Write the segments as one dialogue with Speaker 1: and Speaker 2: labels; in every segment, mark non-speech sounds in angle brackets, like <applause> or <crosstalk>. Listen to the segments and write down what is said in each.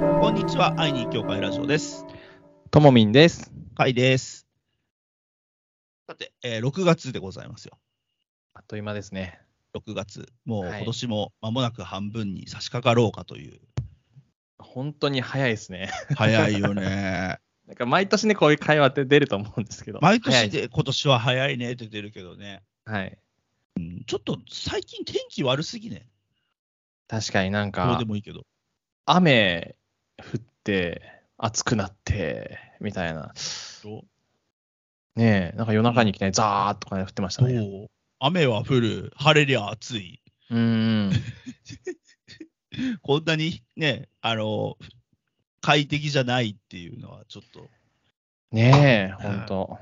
Speaker 1: は愛に教会ラジオです。
Speaker 2: ともみんです。
Speaker 1: かいです。さて、えー6月でございますよ。
Speaker 2: あっという間ですね。
Speaker 1: 6月。もう
Speaker 2: はい
Speaker 1: 今年も間もなく半分に差し掛かろうかと
Speaker 2: <laughs>
Speaker 1: いう。
Speaker 2: 本当に早いですね。 <laughs>
Speaker 1: 早いよね。
Speaker 2: なんか毎年ね、こういう会話って出ると思うんですけど。
Speaker 1: 毎
Speaker 2: 早
Speaker 1: 年
Speaker 2: いで
Speaker 1: で今年は早いねって出るけどね。
Speaker 2: す。はい。
Speaker 1: うんちょっと最近天気悪すぎね。
Speaker 2: 確かにな
Speaker 1: ど
Speaker 2: ん
Speaker 1: う
Speaker 2: か
Speaker 1: で、もいいけど。
Speaker 2: 雨降って、暑くなって、みたいな。
Speaker 1: どう
Speaker 2: ねえ、なんか夜中にいきなりザーッとかね降ってましたね。
Speaker 1: どう雨は降る、晴れりゃ暑い。
Speaker 2: うんうん。
Speaker 1: こんなにね、あの、快適じゃないっていうのはちょっと。
Speaker 2: ねえ、本当。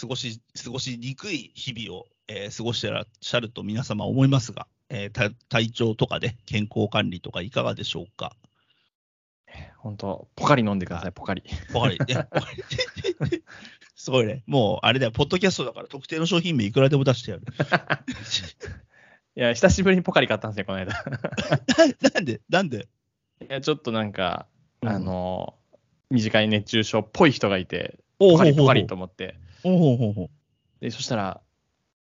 Speaker 1: 過ごし、過ごしにくい日々を、えー過ごしてらっしゃると皆様思いますが、えーた体調とかね、健康管理とかいかがでしょうか。
Speaker 2: 本当。ポカリ飲んでください、ポカリ。
Speaker 1: わかる。いや <laughs> すごいね。もう、あれだよ、ポッドキャストだから特定の商品名いくらでも出してやる。 <laughs>
Speaker 2: いや、久しぶりにポカリ買ったんですよ、この間。
Speaker 1: なんで、なんで、
Speaker 2: いや、ちょっとなんか、
Speaker 1: うん
Speaker 2: あの、短い熱中症っぽい人がいて、
Speaker 1: お
Speaker 2: ポ
Speaker 1: うほ
Speaker 2: カ
Speaker 1: う
Speaker 2: リ
Speaker 1: ほう
Speaker 2: ポ
Speaker 1: ほ
Speaker 2: カ
Speaker 1: う
Speaker 2: リと思って。
Speaker 1: ほうほうほうほう。
Speaker 2: で、そしたら、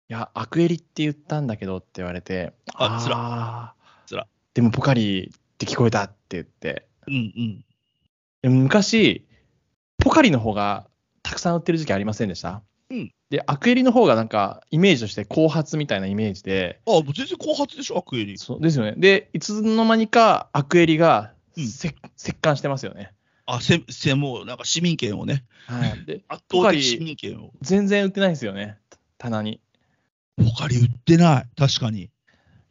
Speaker 2: いや、アクエリって言ったんだけどって言われて、
Speaker 1: あつら
Speaker 2: ら。
Speaker 1: つら
Speaker 2: でもポカリって聞こえたって言って、
Speaker 1: うんうん。
Speaker 2: でも昔、ポカリの方がたくさん売ってる時期ありませんでした
Speaker 1: うん。
Speaker 2: で、アクエリの方がなんか、イメージとして後発みたいなイメージで、
Speaker 1: あ、もう全然後発でしょ、アクエリ。
Speaker 2: そうですよね。で、いつの間にかアクエリが
Speaker 1: うん
Speaker 2: せ、折感してますよね。
Speaker 1: あ、せ、せ、もうなんか市民権をね、
Speaker 2: はい。で、
Speaker 1: 圧
Speaker 2: ポ
Speaker 1: 倒
Speaker 2: カリ
Speaker 1: 的市民権を。
Speaker 2: 全然売ってないんですよね、棚に。
Speaker 1: ポカリ売ってない、確かに。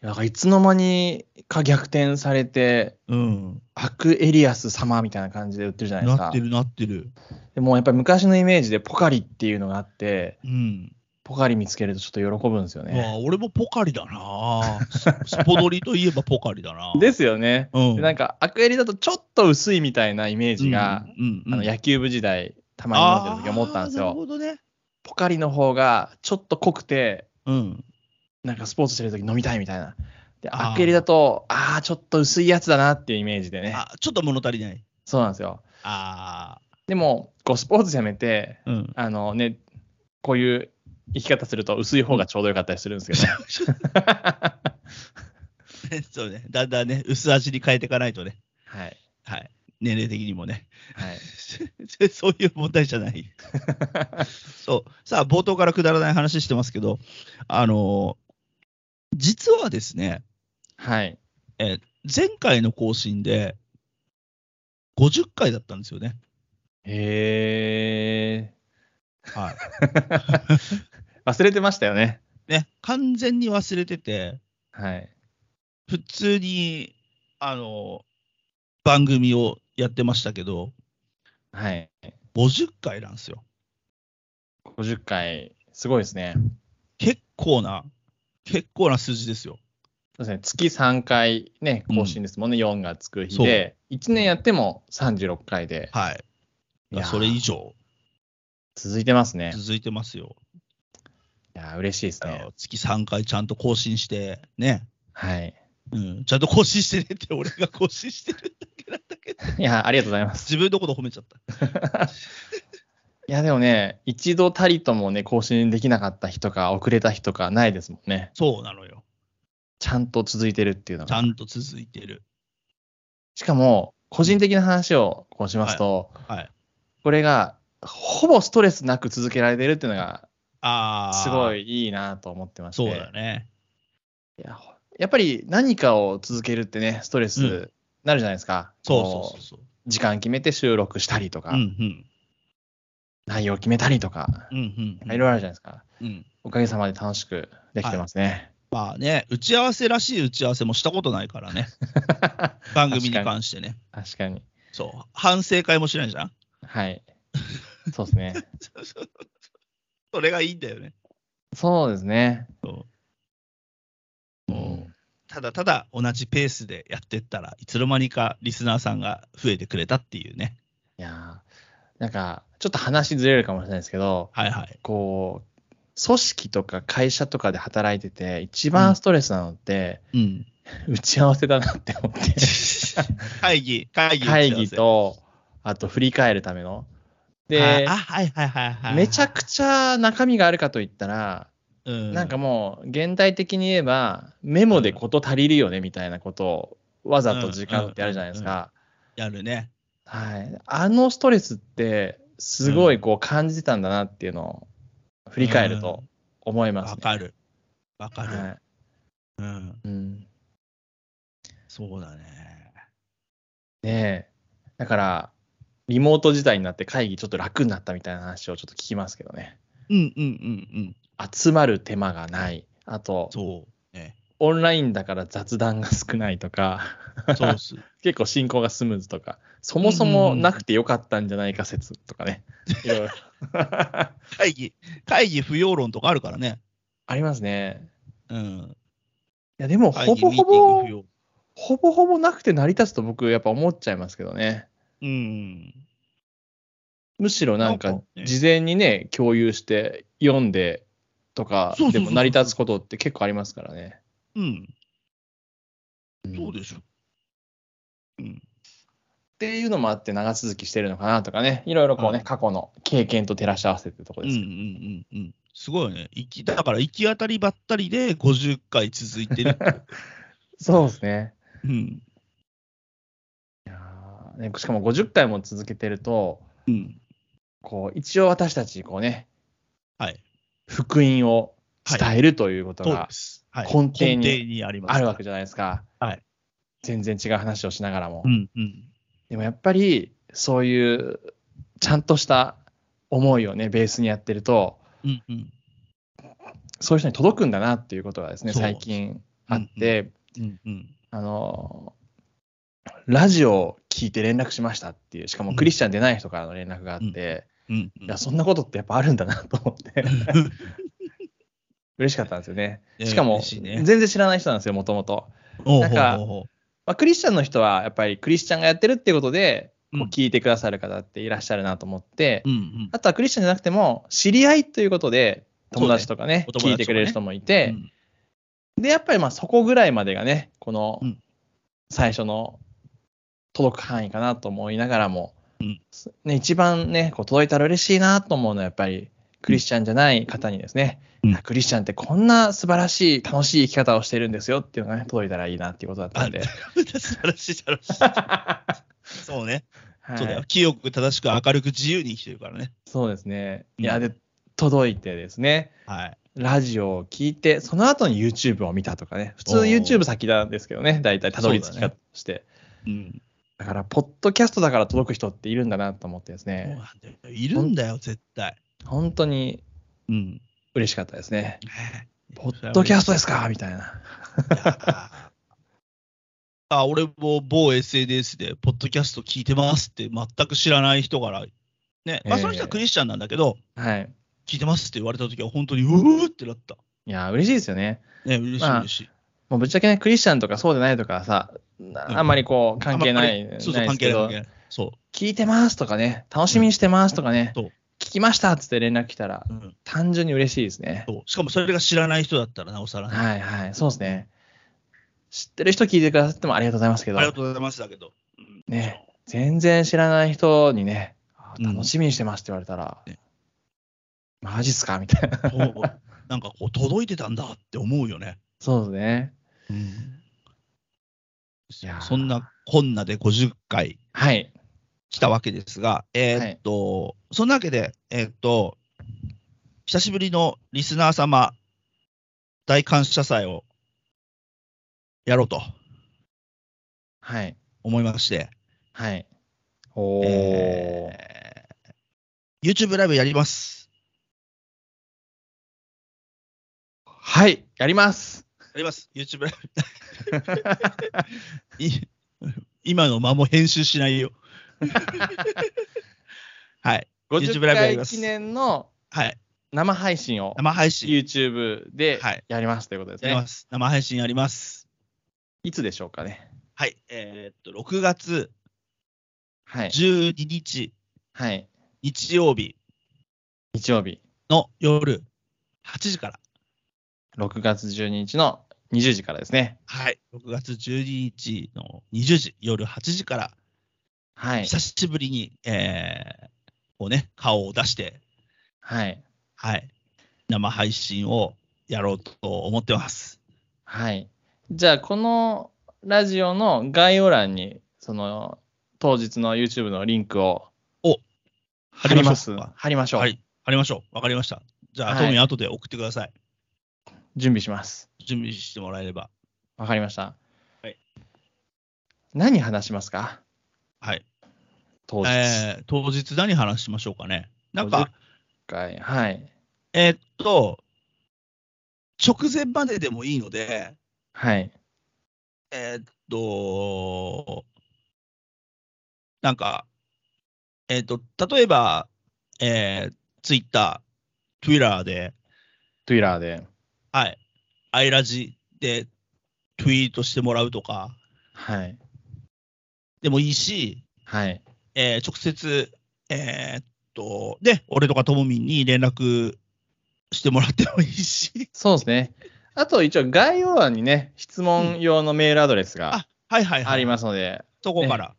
Speaker 2: なんかいつの間にか逆転されて、
Speaker 1: うん。
Speaker 2: アクエリアス様みたいな感じで売ってるじゃないです
Speaker 1: なっ
Speaker 2: か
Speaker 1: て。るなってる。
Speaker 2: でもやっぱり昔のイメージでポカリっていうのがあって、
Speaker 1: うん。
Speaker 2: ポカリ見つけるとちょっと喜ぶんですよ
Speaker 1: わあ
Speaker 2: ね。
Speaker 1: 俺もポカリだ
Speaker 2: <laughs>
Speaker 1: なススポドリといえばポカリだな
Speaker 2: ですよね。
Speaker 1: うん
Speaker 2: でなんかアクエリだとちょっと薄いみたいなイメージが、
Speaker 1: うんうん
Speaker 2: あの野球部時代たまに飲んでる時思ったんです
Speaker 1: あーなるほ
Speaker 2: よ。
Speaker 1: どね。
Speaker 2: ポカリの方がちょっと濃くて、
Speaker 1: うん。
Speaker 2: なんかスポーツしてる時飲みたいみたいな。で、
Speaker 1: あー
Speaker 2: アクエリだと、ああー、ちょっと薄いやつだなっていうイメージでね。
Speaker 1: あ、ちょっと物足りない。
Speaker 2: そうなんですよ。
Speaker 1: あ
Speaker 2: でも、こうスポーツやめて、
Speaker 1: あ。うん。
Speaker 2: あのね、こういう生き方すると薄い方がちょうどよかったりするんですけど、
Speaker 1: <laughs> そうね。だんだんね、薄味に変えていかないとね。
Speaker 2: はい。
Speaker 1: はい。年齢的にもね。
Speaker 2: はい。
Speaker 1: そういう <laughs> 問題じゃ
Speaker 2: <laughs>
Speaker 1: ない。そう。さあ、冒頭からくだらない話してますけど、あのー実はですね、
Speaker 2: はい。
Speaker 1: 前回の更新で、50回だったんですよね。
Speaker 2: へ
Speaker 1: はい。
Speaker 2: ー。忘れてましたよね。
Speaker 1: ね、完全に忘れてて、
Speaker 2: はい。
Speaker 1: 普通に、あの、番組をやってましたけど、
Speaker 2: はい。
Speaker 1: 50回なんですよ。
Speaker 2: 50回、すごいですね。
Speaker 1: 結構な、結構な数字ですよ。
Speaker 2: そうですね。月3回ね、更新ですもんね。4がつく日で、1年やっても36回で、
Speaker 1: はい。
Speaker 2: いやー
Speaker 1: それ以上
Speaker 2: 続いてますね。
Speaker 1: 続いてますよ。
Speaker 2: いやー、嬉しいです
Speaker 1: あ
Speaker 2: ね
Speaker 1: の。月3回ちゃんと更新して、ね。
Speaker 2: はい。
Speaker 1: うん、ちゃんと更新してねって <laughs> 俺が更新してるだけなんだけど、
Speaker 2: いやー、ありがとうございます。
Speaker 1: 自分のこと褒めちゃった。
Speaker 2: いや、でもね、一度たりともね、更新できなかった日とか、遅れた日とかないですもんね。
Speaker 1: そうなのよ。
Speaker 2: ちゃんと続いてるっていうの
Speaker 1: ちゃ
Speaker 2: が。
Speaker 1: んと続いてる。
Speaker 2: しかも、個人的な話をこうしますと、
Speaker 1: はい。
Speaker 2: これが、ほぼストレスなく続けられてるっていうのが、
Speaker 1: ああ。
Speaker 2: すご
Speaker 1: い。
Speaker 2: いいいなと思ってまして。
Speaker 1: そうだよね。
Speaker 2: いやほやっぱり何かを続けるってね、ストレ
Speaker 1: う
Speaker 2: スなるじゃないですか。
Speaker 1: そうそうそう
Speaker 2: こ
Speaker 1: そう。
Speaker 2: う時間決めて収録したりとか、
Speaker 1: うんうん。
Speaker 2: 内容決めたりとか、
Speaker 1: うんうん、うん。
Speaker 2: いろいろあるじゃないですか。
Speaker 1: うん、
Speaker 2: おかげさまで楽しくできてますね。
Speaker 1: まあね、打ち合わせらしい打ち合わせもしたことないから
Speaker 2: <laughs>
Speaker 1: ね、番組に
Speaker 2: 確か
Speaker 1: 関してね。
Speaker 2: <laughs> 確かに。
Speaker 1: そう、反省会もしないじゃん。 <laughs>
Speaker 2: はい。そうですね。
Speaker 1: それがいいんだよね。
Speaker 2: そうですね。
Speaker 1: そううんただただ同じペースでやってったらいつの間にかリスナーさんが増えてくれたっていうね。
Speaker 2: いやーなんか、ちょっと話ずれるかもしれないですけど、
Speaker 1: はいはい。
Speaker 2: こう、組織とか会社とかで働いてて、一番ストレスなのって、 <laughs>
Speaker 1: うん。 <laughs>
Speaker 2: 打ち合わせだなって思って。
Speaker 1: 会議、会議。
Speaker 2: 会議。と、あと振り返るための。で
Speaker 1: あ、あ、はいはいはいはい。
Speaker 2: めちゃくちゃ中身があるかといったら、
Speaker 1: うん、
Speaker 2: なんかもう現代的に言えばメモで事足りるよねみたいなことをわざと時間ってあるじゃないですか。
Speaker 1: やるね。
Speaker 2: はい、あのストレスってすごいこう感じてたんだなっていうのを振り返ると思います
Speaker 1: わ
Speaker 2: ね。
Speaker 1: かる。わかる、
Speaker 2: はい
Speaker 1: うん。
Speaker 2: うん、
Speaker 1: そうだね。
Speaker 2: ねえだからリモート時代になって会議ちょっと楽になったみたいな話をちょっと聞きますけどね。
Speaker 1: うんうんうんうん。
Speaker 2: 集まる手間がない。あと、
Speaker 1: そう。ね、
Speaker 2: オンラインだから雑談が少ないとか、
Speaker 1: そうっす。
Speaker 2: 結構進行がスムーズとか、そもそもなくてよかったんじゃないか説と
Speaker 1: <laughs>
Speaker 2: かね。いろい <laughs> ろ
Speaker 1: 会議、会議不要論とかあるからね。
Speaker 2: ありますね。
Speaker 1: うん。
Speaker 2: いや、でも、
Speaker 1: 会
Speaker 2: ほ
Speaker 1: 議
Speaker 2: ぼ
Speaker 1: ミー
Speaker 2: ほ
Speaker 1: ティング
Speaker 2: ぼ
Speaker 1: 不、要。
Speaker 2: ほぼほぼなくて成り立つと僕、やっぱ思っちゃいますけどね。
Speaker 1: うん。
Speaker 2: むしろなんか
Speaker 1: なんか、ね
Speaker 2: 事前にね、共有して、読んでとか
Speaker 1: そう、そうそうそ
Speaker 2: で
Speaker 1: う
Speaker 2: も成り立つことって結構ありますからね。
Speaker 1: うん。
Speaker 2: ん
Speaker 1: そう
Speaker 2: っ
Speaker 1: でしょ。うん。
Speaker 2: ていうのもあって、長続きしてるのかなとかね、いろいろこう
Speaker 1: う
Speaker 2: ね、
Speaker 1: ん
Speaker 2: 過去の経験と照らし合わせてるとこ
Speaker 1: うんうん
Speaker 2: です
Speaker 1: う
Speaker 2: けど。
Speaker 1: んうん。すごいよね。行きだから行き当たりばったりで50回続いて
Speaker 2: <laughs>
Speaker 1: る。
Speaker 2: そうですね。
Speaker 1: うん。
Speaker 2: いやーねしかも50回も続けてると、
Speaker 1: うん。
Speaker 2: こう、一応私たち、こうね、
Speaker 1: はい。
Speaker 2: 福音を伝えるということ
Speaker 1: そう
Speaker 2: が
Speaker 1: で、す。はい、
Speaker 2: 根底に
Speaker 1: あります。
Speaker 2: あるわけじゃないですか。
Speaker 1: はい
Speaker 2: 全然違う話をしながらも。
Speaker 1: うんうん。
Speaker 2: でもやっぱり、そういう、ちゃんとした思いをね、ベースにやってると、
Speaker 1: うんうん。
Speaker 2: そういう人に届くんだなっていうことがですね、
Speaker 1: そう
Speaker 2: 最近あって、
Speaker 1: うんうん。
Speaker 2: あのー、ラジオを聞いて連絡しましたっていう、しかもクリスチャンでない人からの連絡があって、
Speaker 1: うん <laughs>
Speaker 2: いや、そんなことってやっぱあるんだなと思って、嬉しかったんですよね。
Speaker 1: うん
Speaker 2: しかも、
Speaker 1: 嬉しいね
Speaker 2: 全然知らない人なんですよ、もともと。なん
Speaker 1: おう
Speaker 2: か
Speaker 1: ほうほうほ
Speaker 2: まあ、クリスチャンの人はやっぱりクリスチャンがやってるってことで、
Speaker 1: うん
Speaker 2: こう聞いてくださる方っていらっしゃるなと思って、
Speaker 1: ううんうん。
Speaker 2: あとはクリスチャンじゃなくても知り合いということで友達とかね
Speaker 1: そうねお友達とかね
Speaker 2: 聞いてくれる人もいうて、
Speaker 1: ん <laughs>
Speaker 2: でやっぱりまあそこぐらいまでがねこの
Speaker 1: うん
Speaker 2: 最初の届く範囲かなと思いながらも、
Speaker 1: うん
Speaker 2: ね、一番ねこう届いたら嬉しいなと思うのはやっぱりクリスチャンじゃない方にですね、
Speaker 1: うん
Speaker 2: あクリスチャンってこんな素晴らしい楽しい生き方をしてるんですよっていうのがね届いたらいいなっていうことだった
Speaker 1: あ
Speaker 2: んで。
Speaker 1: 素晴らしい、素晴らしい。そうね。
Speaker 2: <laughs> はい
Speaker 1: そうだよ。清く正しく明るく自由に生きてるからね。
Speaker 2: そうですね。
Speaker 1: うん
Speaker 2: いや、で、届いてですね、
Speaker 1: はい。
Speaker 2: ラジオを聞いて、その後に YouTube を見たとかね、普通
Speaker 1: おー
Speaker 2: YouTube 先なんですけどね、大体たどり着き
Speaker 1: そうだ
Speaker 2: 方
Speaker 1: ね
Speaker 2: として。
Speaker 1: うん。
Speaker 2: だから、ポッドキャストだから届く人っているんだなと思ってです
Speaker 1: そうな
Speaker 2: ね、
Speaker 1: んだよ。いるんだよ、絶対。
Speaker 2: 本当に
Speaker 1: うん。
Speaker 2: 嬉しかったですね。
Speaker 1: ね
Speaker 2: ポッドキャストですかみたいな。
Speaker 1: いやあ、俺も某 SNS で、ポッドキャスト聞いてますって、全く知らない人から、ね、まあ、
Speaker 2: ええ
Speaker 1: その人はクリスチャンなんだけど、
Speaker 2: はい。
Speaker 1: 聞いてますって言われたときは、本当に、うーってなった。
Speaker 2: いや、嬉しいですよね。
Speaker 1: ね、嬉しい、
Speaker 2: まあ
Speaker 1: 嬉しい。
Speaker 2: もうぶっちゃけね、クリスチャンとかそうでないとかさ、
Speaker 1: うん
Speaker 2: あんまりこう、関係ない。
Speaker 1: あんまりそうそう、
Speaker 2: な
Speaker 1: 関
Speaker 2: いですけ
Speaker 1: 係
Speaker 2: ど
Speaker 1: ない、関係ない。そ
Speaker 2: 聞いてますとかね、楽しみにしてますとかね、
Speaker 1: うんそう
Speaker 2: 聞きましたっつって連絡来たら
Speaker 1: う。、うん。
Speaker 2: 単純に嬉しいですね。
Speaker 1: そうしかも、それが知らない人だったら、なおさらね。あ
Speaker 2: はいはい、そうですね。知ってる人聞いてくださってもありがとうございますけ
Speaker 1: り
Speaker 2: ど、
Speaker 1: がとうございますだけど。うん
Speaker 2: ね、全然知らない人にね、あ
Speaker 1: うん
Speaker 2: 楽しみにしてますって言われたら、
Speaker 1: ね
Speaker 2: マジっすかみたいな。 <laughs>
Speaker 1: そうなんかこう、届いてたんだって思うよね。
Speaker 2: そうですね。いやー
Speaker 1: そんなこんなで50回
Speaker 2: はい。
Speaker 1: 来たわけですが、えーっと、そんなわけで、えーっと、久しぶりのリスナー様、大感謝祭をやろうと
Speaker 2: はい。
Speaker 1: 思いまして、
Speaker 2: はい。おー。
Speaker 1: えー YouTube ライブやります。
Speaker 2: はい、やります。
Speaker 1: やります。YouTube ライ
Speaker 2: <laughs>
Speaker 1: ブ。い今の間も編集しないよ。はい。
Speaker 2: 50
Speaker 1: YouTube ライブやり
Speaker 2: 回
Speaker 1: ます
Speaker 2: 記念の
Speaker 1: はい。
Speaker 2: 生配信を
Speaker 1: 生配信
Speaker 2: YouTube で
Speaker 1: はい
Speaker 2: やりますということです
Speaker 1: や
Speaker 2: ね。
Speaker 1: ります。生配信やります。
Speaker 2: いつでしょうかね。
Speaker 1: はい。えーっと、6月
Speaker 2: はい。
Speaker 1: 12日、
Speaker 2: はい。
Speaker 1: 日曜日
Speaker 2: 日曜日。
Speaker 1: の夜8時から。
Speaker 2: 6月12日の20時からですね。
Speaker 1: はい。6月12日の20時、夜8時から、
Speaker 2: はい。
Speaker 1: 久しぶりに、えー、こうね、顔を出して、
Speaker 2: はい。
Speaker 1: はい。生配信をやろうと思ってます。
Speaker 2: はい。じゃあ、このラジオの概要欄に、その、当日の YouTube のリンクを貼ります。
Speaker 1: 貼
Speaker 2: 貼りましょう。
Speaker 1: はい。貼りましょう。わかりました。じゃあ、
Speaker 2: はい
Speaker 1: トミー後で送ってください。
Speaker 2: 準備します。
Speaker 1: 準備してもらえれば。
Speaker 2: わかりました。
Speaker 1: はい。
Speaker 2: 何話しますか
Speaker 1: はい。
Speaker 2: 当日。
Speaker 1: えー、当日何話しましょうかね。なん
Speaker 2: 当
Speaker 1: か
Speaker 2: 日、回はい。
Speaker 1: えーっと、直前まででもいいので、
Speaker 2: はい。
Speaker 1: えーっと、なんか、えーっと、例えば、えー、Twitter、Twitter で、
Speaker 2: Twitter で。
Speaker 1: はい、アイラジでツイートしてもらうとか
Speaker 2: はい。
Speaker 1: でもいいし、
Speaker 2: はい。
Speaker 1: えー直接、えーっと、で、俺とかともみんに連絡してもらってもいいし、 <laughs>
Speaker 2: そうですね。あと一応概要欄にね、質問用のメールアドレスが
Speaker 1: あはいはいはい、
Speaker 2: ありますので、
Speaker 1: そこから。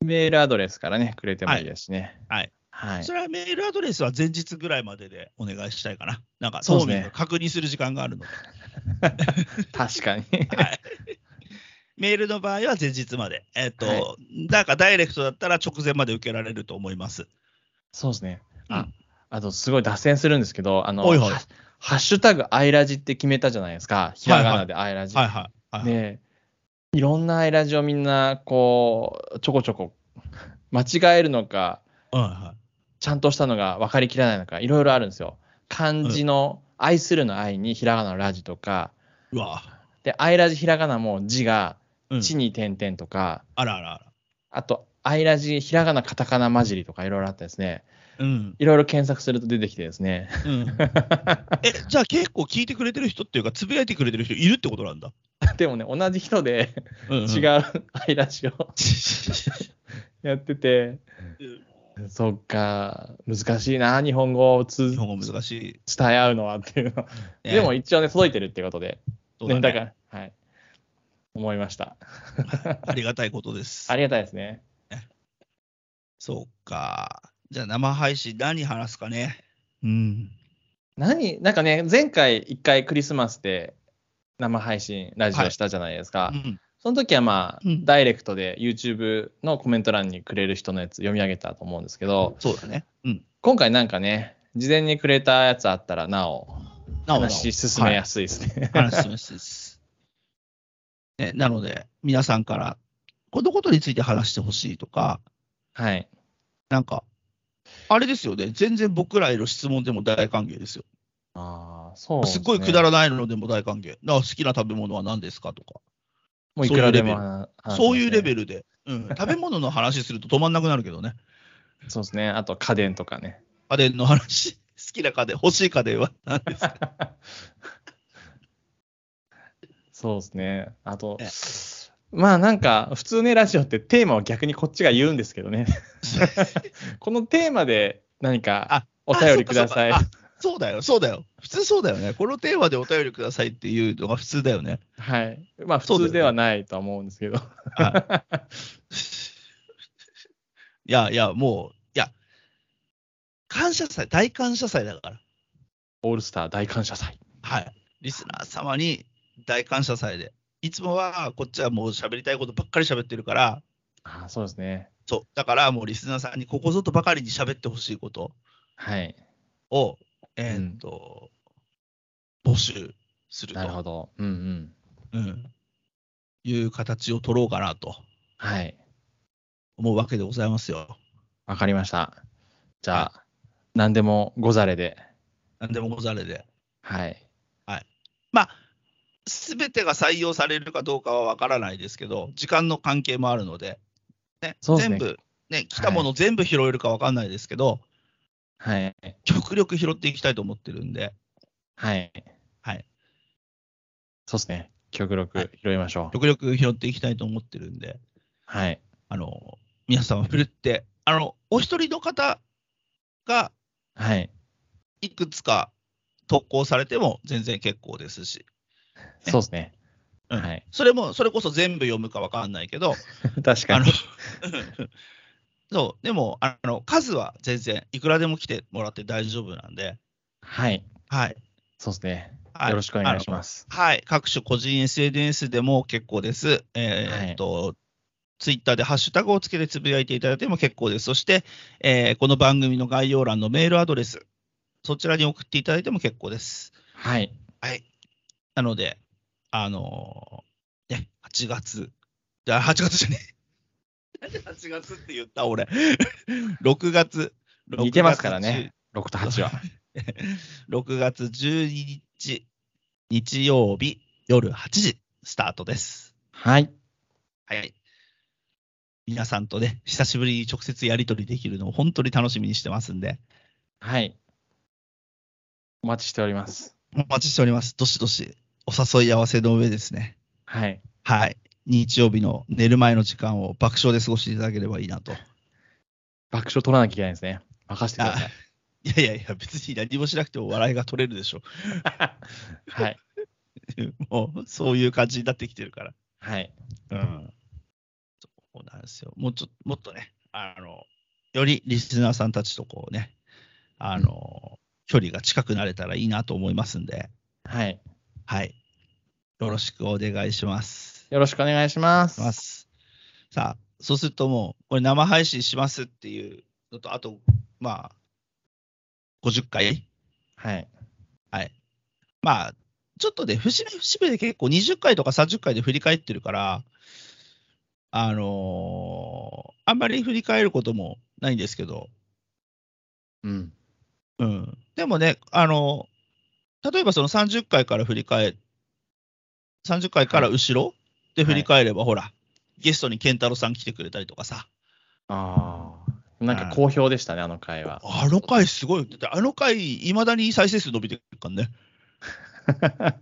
Speaker 2: メールアドレスからね、くれてもいいですしね。
Speaker 1: はい。
Speaker 2: はい
Speaker 1: そ。れはメールアドレスは前日ぐらいまででお願いしたいかな。なんか、
Speaker 2: そうで
Speaker 1: ト
Speaker 2: す
Speaker 1: ミ
Speaker 2: ね
Speaker 1: ーが確認する時間があるので。
Speaker 2: 確かに。
Speaker 1: はい、メールの場合は前日まで。えっ、と、
Speaker 2: は
Speaker 1: なんかダイレクトだったら直前まで受けられると思います。
Speaker 2: そうですね。
Speaker 1: うん
Speaker 2: あ、あとすごい脱線するんですけど、あの、
Speaker 1: おいおい
Speaker 2: はハッシュタグアイラジって決めたじゃないですか。ひらがなでアイラジ。
Speaker 1: はいはい。はい、
Speaker 2: で、いろんなアイラジをみんな、こう、ちょこちょこ、間違えるのか、
Speaker 1: うんは
Speaker 2: ちゃんとしたのが分かりきらないのか、いろいろあるんですよ。漢字の、愛するの愛にひらがなのラジとか、
Speaker 1: い。うわ、
Speaker 2: で、愛ラジひらがなも字が、
Speaker 1: うん。
Speaker 2: 地に点々とか、
Speaker 1: あらあらあら。
Speaker 2: あと、愛ラジひらがなカタカナ混じりとかいろいろあってですね、
Speaker 1: うん。
Speaker 2: いろいろ検索すると出てきてですね、 <laughs>
Speaker 1: うん、え、じゃあ結構聞いてくれてる人っていうか、つぶやいてくれてる人いるってことなんだ。
Speaker 2: でもね、同じ人で
Speaker 1: うんうん、
Speaker 2: 違う愛
Speaker 1: <laughs>
Speaker 2: ラジをやってて、そっか、難しいな、日本語をつ
Speaker 1: 日本語難しい。
Speaker 2: 伝え合うのはっていうの。
Speaker 1: ね
Speaker 2: でも一応ね、届いてるってことで、
Speaker 1: そうだね
Speaker 2: ねだから、はい、思いました。
Speaker 1: ありがたいことです
Speaker 2: あ。りがたいですね。
Speaker 1: そうか。じゃあ生配信何話すかね。うん。
Speaker 2: 何なんかね、前回一回クリスマスで生配信、ラジ
Speaker 1: は
Speaker 2: オ
Speaker 1: い
Speaker 2: したじゃないで
Speaker 1: う
Speaker 2: すか。
Speaker 1: ん、
Speaker 2: その時はまあ、
Speaker 1: うん
Speaker 2: ダイレクトで YouTube のコメント欄にくれる人のやつ読み上げたと思うんですけど、
Speaker 1: そうだね。うん。
Speaker 2: 今回なんかね、事前にくれたやつあったらなお、
Speaker 1: なおなお
Speaker 2: 話進めやすいですね。
Speaker 1: 話しますです。 <laughs> ね、なので、皆さんから、このことについて話してほしいとか、
Speaker 2: <laughs> はい。
Speaker 1: なんか、あれですよね、全然僕らへの質問でも大歓迎ですよ。
Speaker 2: ああ、そう
Speaker 1: すっごいくだら
Speaker 2: ら
Speaker 1: ないのでも大歓迎。だから好きな食べ物は何ですかとか、
Speaker 2: もういくらで
Speaker 1: そ
Speaker 2: も
Speaker 1: ういう
Speaker 2: 話せますね
Speaker 1: そういうレベルで、うん、食べ物の話すると止まんなくなるけどね、
Speaker 2: そうですね。あと家電とかね。
Speaker 1: 家電の話、好きな家電、欲しい家電は何ですか
Speaker 2: そうですね。あと
Speaker 1: ええ、
Speaker 2: まあなんか、普通ね、ラジオってテーマを逆にこっちが言うんですけ
Speaker 1: <laughs>
Speaker 2: どね。このテーマで何か
Speaker 1: あ
Speaker 2: お便りください
Speaker 1: あ。そうかそうだよ、そうだよ。普通そうだよね。このテーマでお便りくださいっていうのが普通だよね。
Speaker 2: はい。まあ普
Speaker 1: そうだよ
Speaker 2: 通
Speaker 1: ね
Speaker 2: ではないとは思うんですけ
Speaker 1: <laughs>
Speaker 2: ど。
Speaker 1: はい。いやいや、もう、いや、感謝祭、大感謝祭だから。
Speaker 2: オールスター大感謝祭。
Speaker 1: はい。リスナー様に大感謝祭で。いつもは、こっちはもう喋りたいことばっかり喋ってるから、
Speaker 2: ああ、そうですね。
Speaker 1: そう。だから、もうリスナーさんにここぞとばかりに喋ってほしいこと
Speaker 2: はい。
Speaker 1: を、えーっと、募集すると
Speaker 2: なるほど。うんう
Speaker 1: う
Speaker 2: ん。
Speaker 1: ん、いう形を取ろうかなと
Speaker 2: はい。
Speaker 1: 思うわけでございますよ。
Speaker 2: わかりました。じゃあ、何でもござれで。
Speaker 1: なんでもござれで。
Speaker 2: はい。
Speaker 1: まあ、すべてが採用されるかどうかは分からないですけど、時間の関係もあるので、ね
Speaker 2: そうですね
Speaker 1: 全部、ね、来たもの全部拾えるか分かんないですけど、
Speaker 2: はい。
Speaker 1: 極力拾っていきたいと思ってるんで、
Speaker 2: はい。
Speaker 1: はい。
Speaker 2: そうですね。極
Speaker 1: は
Speaker 2: 力拾いましょう。
Speaker 1: 極力拾っていきたいと思ってるんで、
Speaker 2: はい。
Speaker 1: あの皆様、振るって、あのお一人の方が
Speaker 2: はい。
Speaker 1: いくつか投稿されても全然結構ですし、
Speaker 2: そうですね。
Speaker 1: うん
Speaker 2: はい。
Speaker 1: それも、それこそ全部読むかわかんないけど、
Speaker 2: <laughs> 確
Speaker 1: あ
Speaker 2: か
Speaker 1: の
Speaker 2: に。、
Speaker 1: そう、でも、あの、数は全然、いくらでも来てもらって大丈夫なんで、
Speaker 2: はい。
Speaker 1: はい。
Speaker 2: そうですね。
Speaker 1: はい、
Speaker 2: よろしくお願いします。
Speaker 1: あの。はい。各種個人 SNS でも結構です。えー
Speaker 2: はい
Speaker 1: えっと、ツイッターでハッシュタグをつけてつぶやいていただいても結構です。そして、えーこの番組の概要欄のメールアドレス、そちらに送っていただいても結構です。
Speaker 2: はい。
Speaker 1: はい。なので、あのーね、8月、あ8月じゃねえ。なんで8月って言った俺。6月。
Speaker 2: 似てますからね。6と8は。
Speaker 1: 6月12日、日曜日夜8時スタートです。
Speaker 2: <laughs> はい。
Speaker 1: はい。皆さんとね、久しぶりに直接やり取りできるのを本当に楽しみにしてますんで、
Speaker 2: はい。お待ちしております。
Speaker 1: お待ちしております。どしどしお誘い合わせの上ですね。
Speaker 2: はい。
Speaker 1: はい。日曜日の寝る前の時間を爆笑で過ごしていただければいいなと。
Speaker 2: 爆笑取らなきゃいけないんですね。任せてください。
Speaker 1: いやいやいや、別に何もしなくても笑いが取れるでしょ。 <laughs>
Speaker 2: はい。
Speaker 1: もう、そういう感じになってきてるから。
Speaker 2: はい。
Speaker 1: うんそうなんですよ。もうちょもっとね、あの、よりリスナーさんたちとこうね、あの、距離が近くなれたらいいなと思いますんで、
Speaker 2: はい。
Speaker 1: はい。よろしくお願いします。
Speaker 2: よろしくお願いします。
Speaker 1: ますさあ、そうするともう、これ生配信しますっていうのと、あと、まあ、50回
Speaker 2: はい。
Speaker 1: まあ、ちょっとね、節目節目で結構20回とか30回で振り返ってるから、あのーあんまり振り返ることもないんですけど、
Speaker 2: うん。
Speaker 1: うん。でもね、あの例えばその30回から振り返、30回から後ろで振り返れば、ほら、ゲストに健太郎さん来てくれたりとかさ、
Speaker 2: ああ。なんか好評でしたね、あの
Speaker 1: <laughs>
Speaker 2: 回は。
Speaker 1: あの回すごいよ、だってあの回、いまだに再生数伸びてるからね。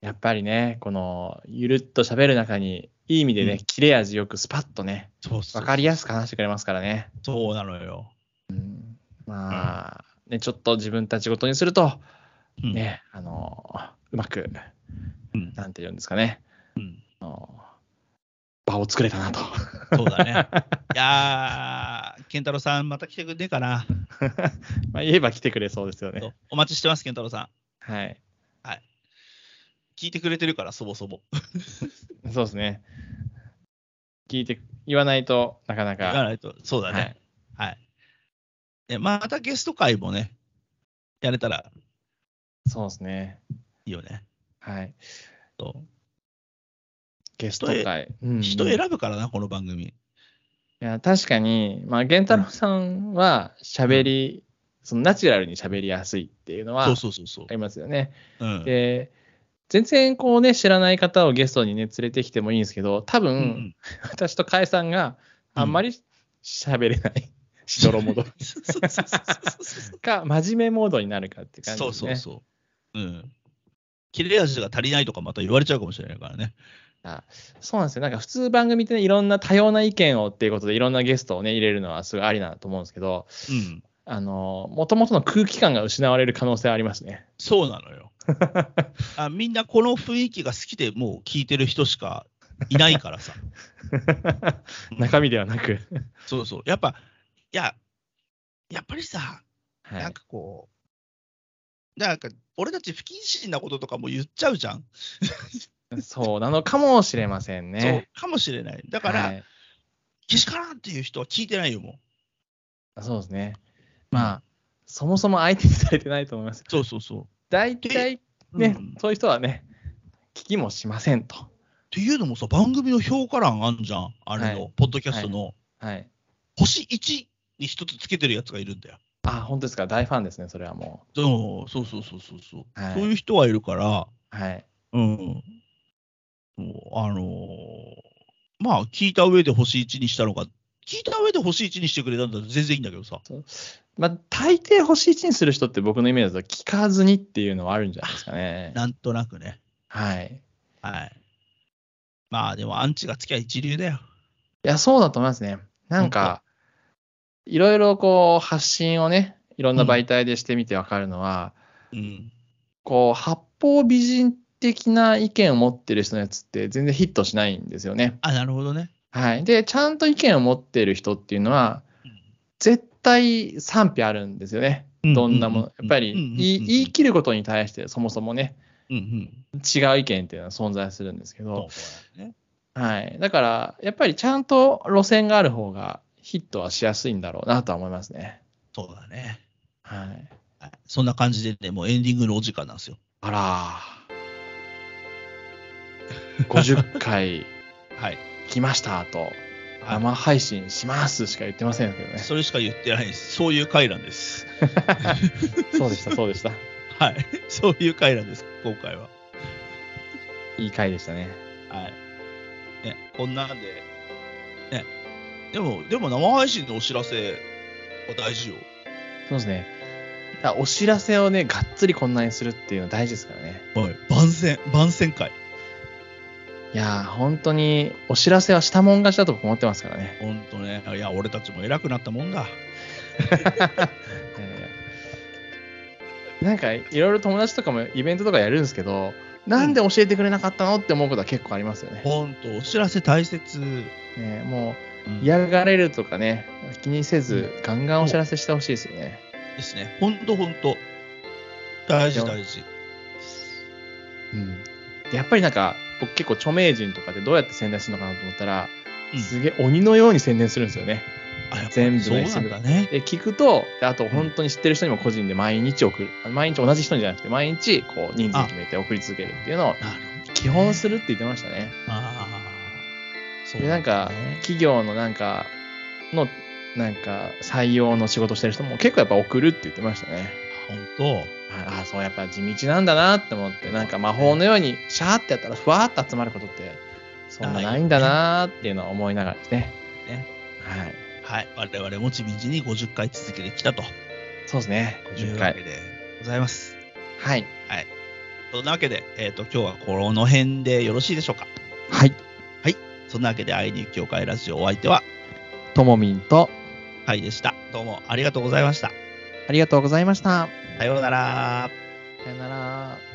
Speaker 2: やっぱりね、この、ゆるっと喋る中に、いい意味でね、
Speaker 1: うん
Speaker 2: 切れ味よくスパッとね、
Speaker 1: そうそ
Speaker 2: わ
Speaker 1: う
Speaker 2: かりやすく話してくれますからね。
Speaker 1: そうなのよ。
Speaker 2: うん、まあ、ね、ちょっと自分たちごとにすると、
Speaker 1: うん、
Speaker 2: ね、あの、うまく、
Speaker 1: うん
Speaker 2: なんて言うんですかね、
Speaker 1: うん
Speaker 2: あの場を作れ
Speaker 1: <laughs>
Speaker 2: たなと。
Speaker 1: そうだね。いやー、健太郎さん、また来てくんねえかな。
Speaker 2: まあ言えば来てくれそうですよね。
Speaker 1: お待ちしてます、健太郎さ
Speaker 2: はい。
Speaker 1: ん。聞いてくれてるから、そもそも。
Speaker 2: そうですね。聞いて、言わないとなかな
Speaker 1: 行か
Speaker 2: か。
Speaker 1: ないと。そうだ
Speaker 2: はい
Speaker 1: ね。、はい。でまたゲスト会もね、やれたら
Speaker 2: そうですね。
Speaker 1: いいよね。
Speaker 2: はい。
Speaker 1: そう
Speaker 2: ゲスト会。
Speaker 1: 人
Speaker 2: 選
Speaker 1: 選ぶからな、この番組。
Speaker 2: いや確かに、まあ、源太郎さんは喋り、そのナチュラルに喋りやすいっていうのは
Speaker 1: そ
Speaker 2: あ
Speaker 1: うそうそうそう。
Speaker 2: りますよね。
Speaker 1: うん
Speaker 2: で、全然こうね、知らない方をゲストにね、連れてきてもいいんですけど、多分、
Speaker 1: うんうん
Speaker 2: 私と加えさんがあんまり喋れない、しどろもどろ
Speaker 1: そうそうそうそう
Speaker 2: か、真面目モードになるかって感じ
Speaker 1: そう
Speaker 2: です
Speaker 1: そう
Speaker 2: ね。
Speaker 1: そう。うん。切れ味が足りないとかまた言われちゃうかもしれないからね。
Speaker 2: そうなんですよ。なんか普通番組ってね、いろんな多様な意見をっていうことで、いろんなゲストをね、入れるのはすごいありだと思うんですけど、
Speaker 1: うん。
Speaker 2: あの、もともとの空気感が失われる可能性はあります
Speaker 1: <laughs>
Speaker 2: ね。
Speaker 1: そうなのよ。
Speaker 2: <laughs>
Speaker 1: あみんなこの雰囲気が好きでもう聞いてる人しかいないからさ。
Speaker 2: 中身ではなく、
Speaker 1: そうそう。やっぱ、いや、やっぱりさ、
Speaker 2: は
Speaker 1: ないん、かこう、なんか俺たち不謹慎なこととかも言っちゃうじゃん。
Speaker 2: そうなのかもしれませんね。
Speaker 1: そうかもしれない。だから、
Speaker 2: はい
Speaker 1: けしからんっていう人は聞いてないよ、もう。
Speaker 2: そうですね。まあ、そもそも相手にされてないと思います。
Speaker 1: そうそうそ
Speaker 2: 大体
Speaker 1: う。
Speaker 2: ね、
Speaker 1: うんっ
Speaker 2: そういう人はね、聞きもしませんと。
Speaker 1: ていうのもさ、番組の評価欄あんじゃん。あれの、
Speaker 2: は
Speaker 1: ポッドキャストの、
Speaker 2: はい。
Speaker 1: 星1に一つつけてるやつがいるんだよ。
Speaker 2: あ、本当ですか。大ファンですね、それはも
Speaker 1: でもそうそうそうそうそう。
Speaker 2: はい
Speaker 1: そういう人はいるから、
Speaker 2: う。はい。
Speaker 1: うん。そうあのーまあ、聞いた上で星1にしたのか、聞いた上で星1にしてくれたんだったら全然いいんだけどさ。
Speaker 2: まあ、大抵星1にする人って僕のイメージだと聞かずにっていうのはあるんじゃないですかね。
Speaker 1: なんとなくね。
Speaker 2: はい。
Speaker 1: はい。まあ、でもアンチがつきゃ一流だよ。
Speaker 2: いや、そうだと思いますね。なんか、いろいろこう、発信をね、いろんな媒体でしてみてわかるのは、
Speaker 1: うん。
Speaker 2: こう、八方美人的な意見を持ってる人のやつって全然ヒットしないんですよね。
Speaker 1: あ、なるほどね。
Speaker 2: はい。で、ちゃんと意見を持ってる人っていうのは
Speaker 1: うん、
Speaker 2: 絶対賛否あるんですよね。どんなもの。やっぱり
Speaker 1: うんうんうんうん
Speaker 2: 言い、言い切ることに対してそもそもね、
Speaker 1: うんうん。
Speaker 2: 違う意見っていうのは存在するんですけど、
Speaker 1: そうだよね
Speaker 2: はい。だから、やっぱりちゃんと路線がある方がヒットはしやすいんだろうなとは思いますね。
Speaker 1: そうだね。
Speaker 2: はい。
Speaker 1: はいそんな感じでね、もうエンディングのお時間なんですよ。
Speaker 2: あらー。50回
Speaker 1: はい。
Speaker 2: 来ましたと、
Speaker 1: はい
Speaker 2: 生配信しますしか言ってませんけど <laughs> ね。
Speaker 1: それしか言ってないです。そういう回なんです。
Speaker 2: そうでした、そうでした。
Speaker 1: はい。そういう回なんです、今回は。
Speaker 2: いい回でしたね。
Speaker 1: はい。ね、こんなんで。ね。でも、でも生配信のお知らせは大事よ。
Speaker 2: そうですね。だからお知らせをね、がっつりこんなにするっていうのは大事ですからね。
Speaker 1: はい。番宣、番宣会。
Speaker 2: いやー、本当にお知らせはしたもん勝ちだと僕思ってますからね。
Speaker 1: ほんとね。いや、俺たちも偉くなったもんだ。
Speaker 2: えーなんか、いろいろ友達とかもイベントとかやるんですけど、なんで教えてくれなかったのって思うことは結構ありますよね。
Speaker 1: ほんと、お知らせ大切。
Speaker 2: ねも
Speaker 1: うん
Speaker 2: う、嫌がれるとかね、気にせず、ガンガンお知らせしてほしいですよね。
Speaker 1: ですね。ほんとほんと。大事
Speaker 2: よ
Speaker 1: 大事。
Speaker 2: うん。でやっぱりなんか、僕結構著名人とかでどうやって宣伝するのかなと思ったら、
Speaker 1: うん
Speaker 2: すげえ鬼のように宣伝するんですよね。
Speaker 1: あやっぱ
Speaker 2: 全部
Speaker 1: そう
Speaker 2: ね
Speaker 1: なんだね。
Speaker 2: で聞くと、であと本当に知ってる人にも個人で毎日送る、毎日同じ人にじゃなくて、毎日こう人数決めて送り続けるっていうのを
Speaker 1: なるほど
Speaker 2: 基本するって言ってましたね。
Speaker 1: ああ。そう
Speaker 2: で、なんか、企業のなんか、の、なんか、採用の仕事してる人も結構やっぱ送るって言ってましたね。
Speaker 1: 本当。
Speaker 2: ああ、そう、やっぱ地道なんだなって思って、なんか魔法のようにシャーってやったらふわーっと集まることって、そんなないんだなーっていうのは思いながらですね。
Speaker 1: ね
Speaker 2: はい。
Speaker 1: はい。我々も地道に50回続けてきたと。
Speaker 2: そうですね。50
Speaker 1: というわけ
Speaker 2: 回。
Speaker 1: でございます。
Speaker 2: はい。
Speaker 1: そんなわけで、えっ、と、今日はこの辺でよろしいでしょうか。
Speaker 2: はい。
Speaker 1: そんなわけで、会いに行く教会ラジオお相手は、
Speaker 2: ともみんと、
Speaker 1: はいでした。どうもありがとうございました。
Speaker 2: ありがとうございました。
Speaker 1: さようなら。
Speaker 2: さよなら。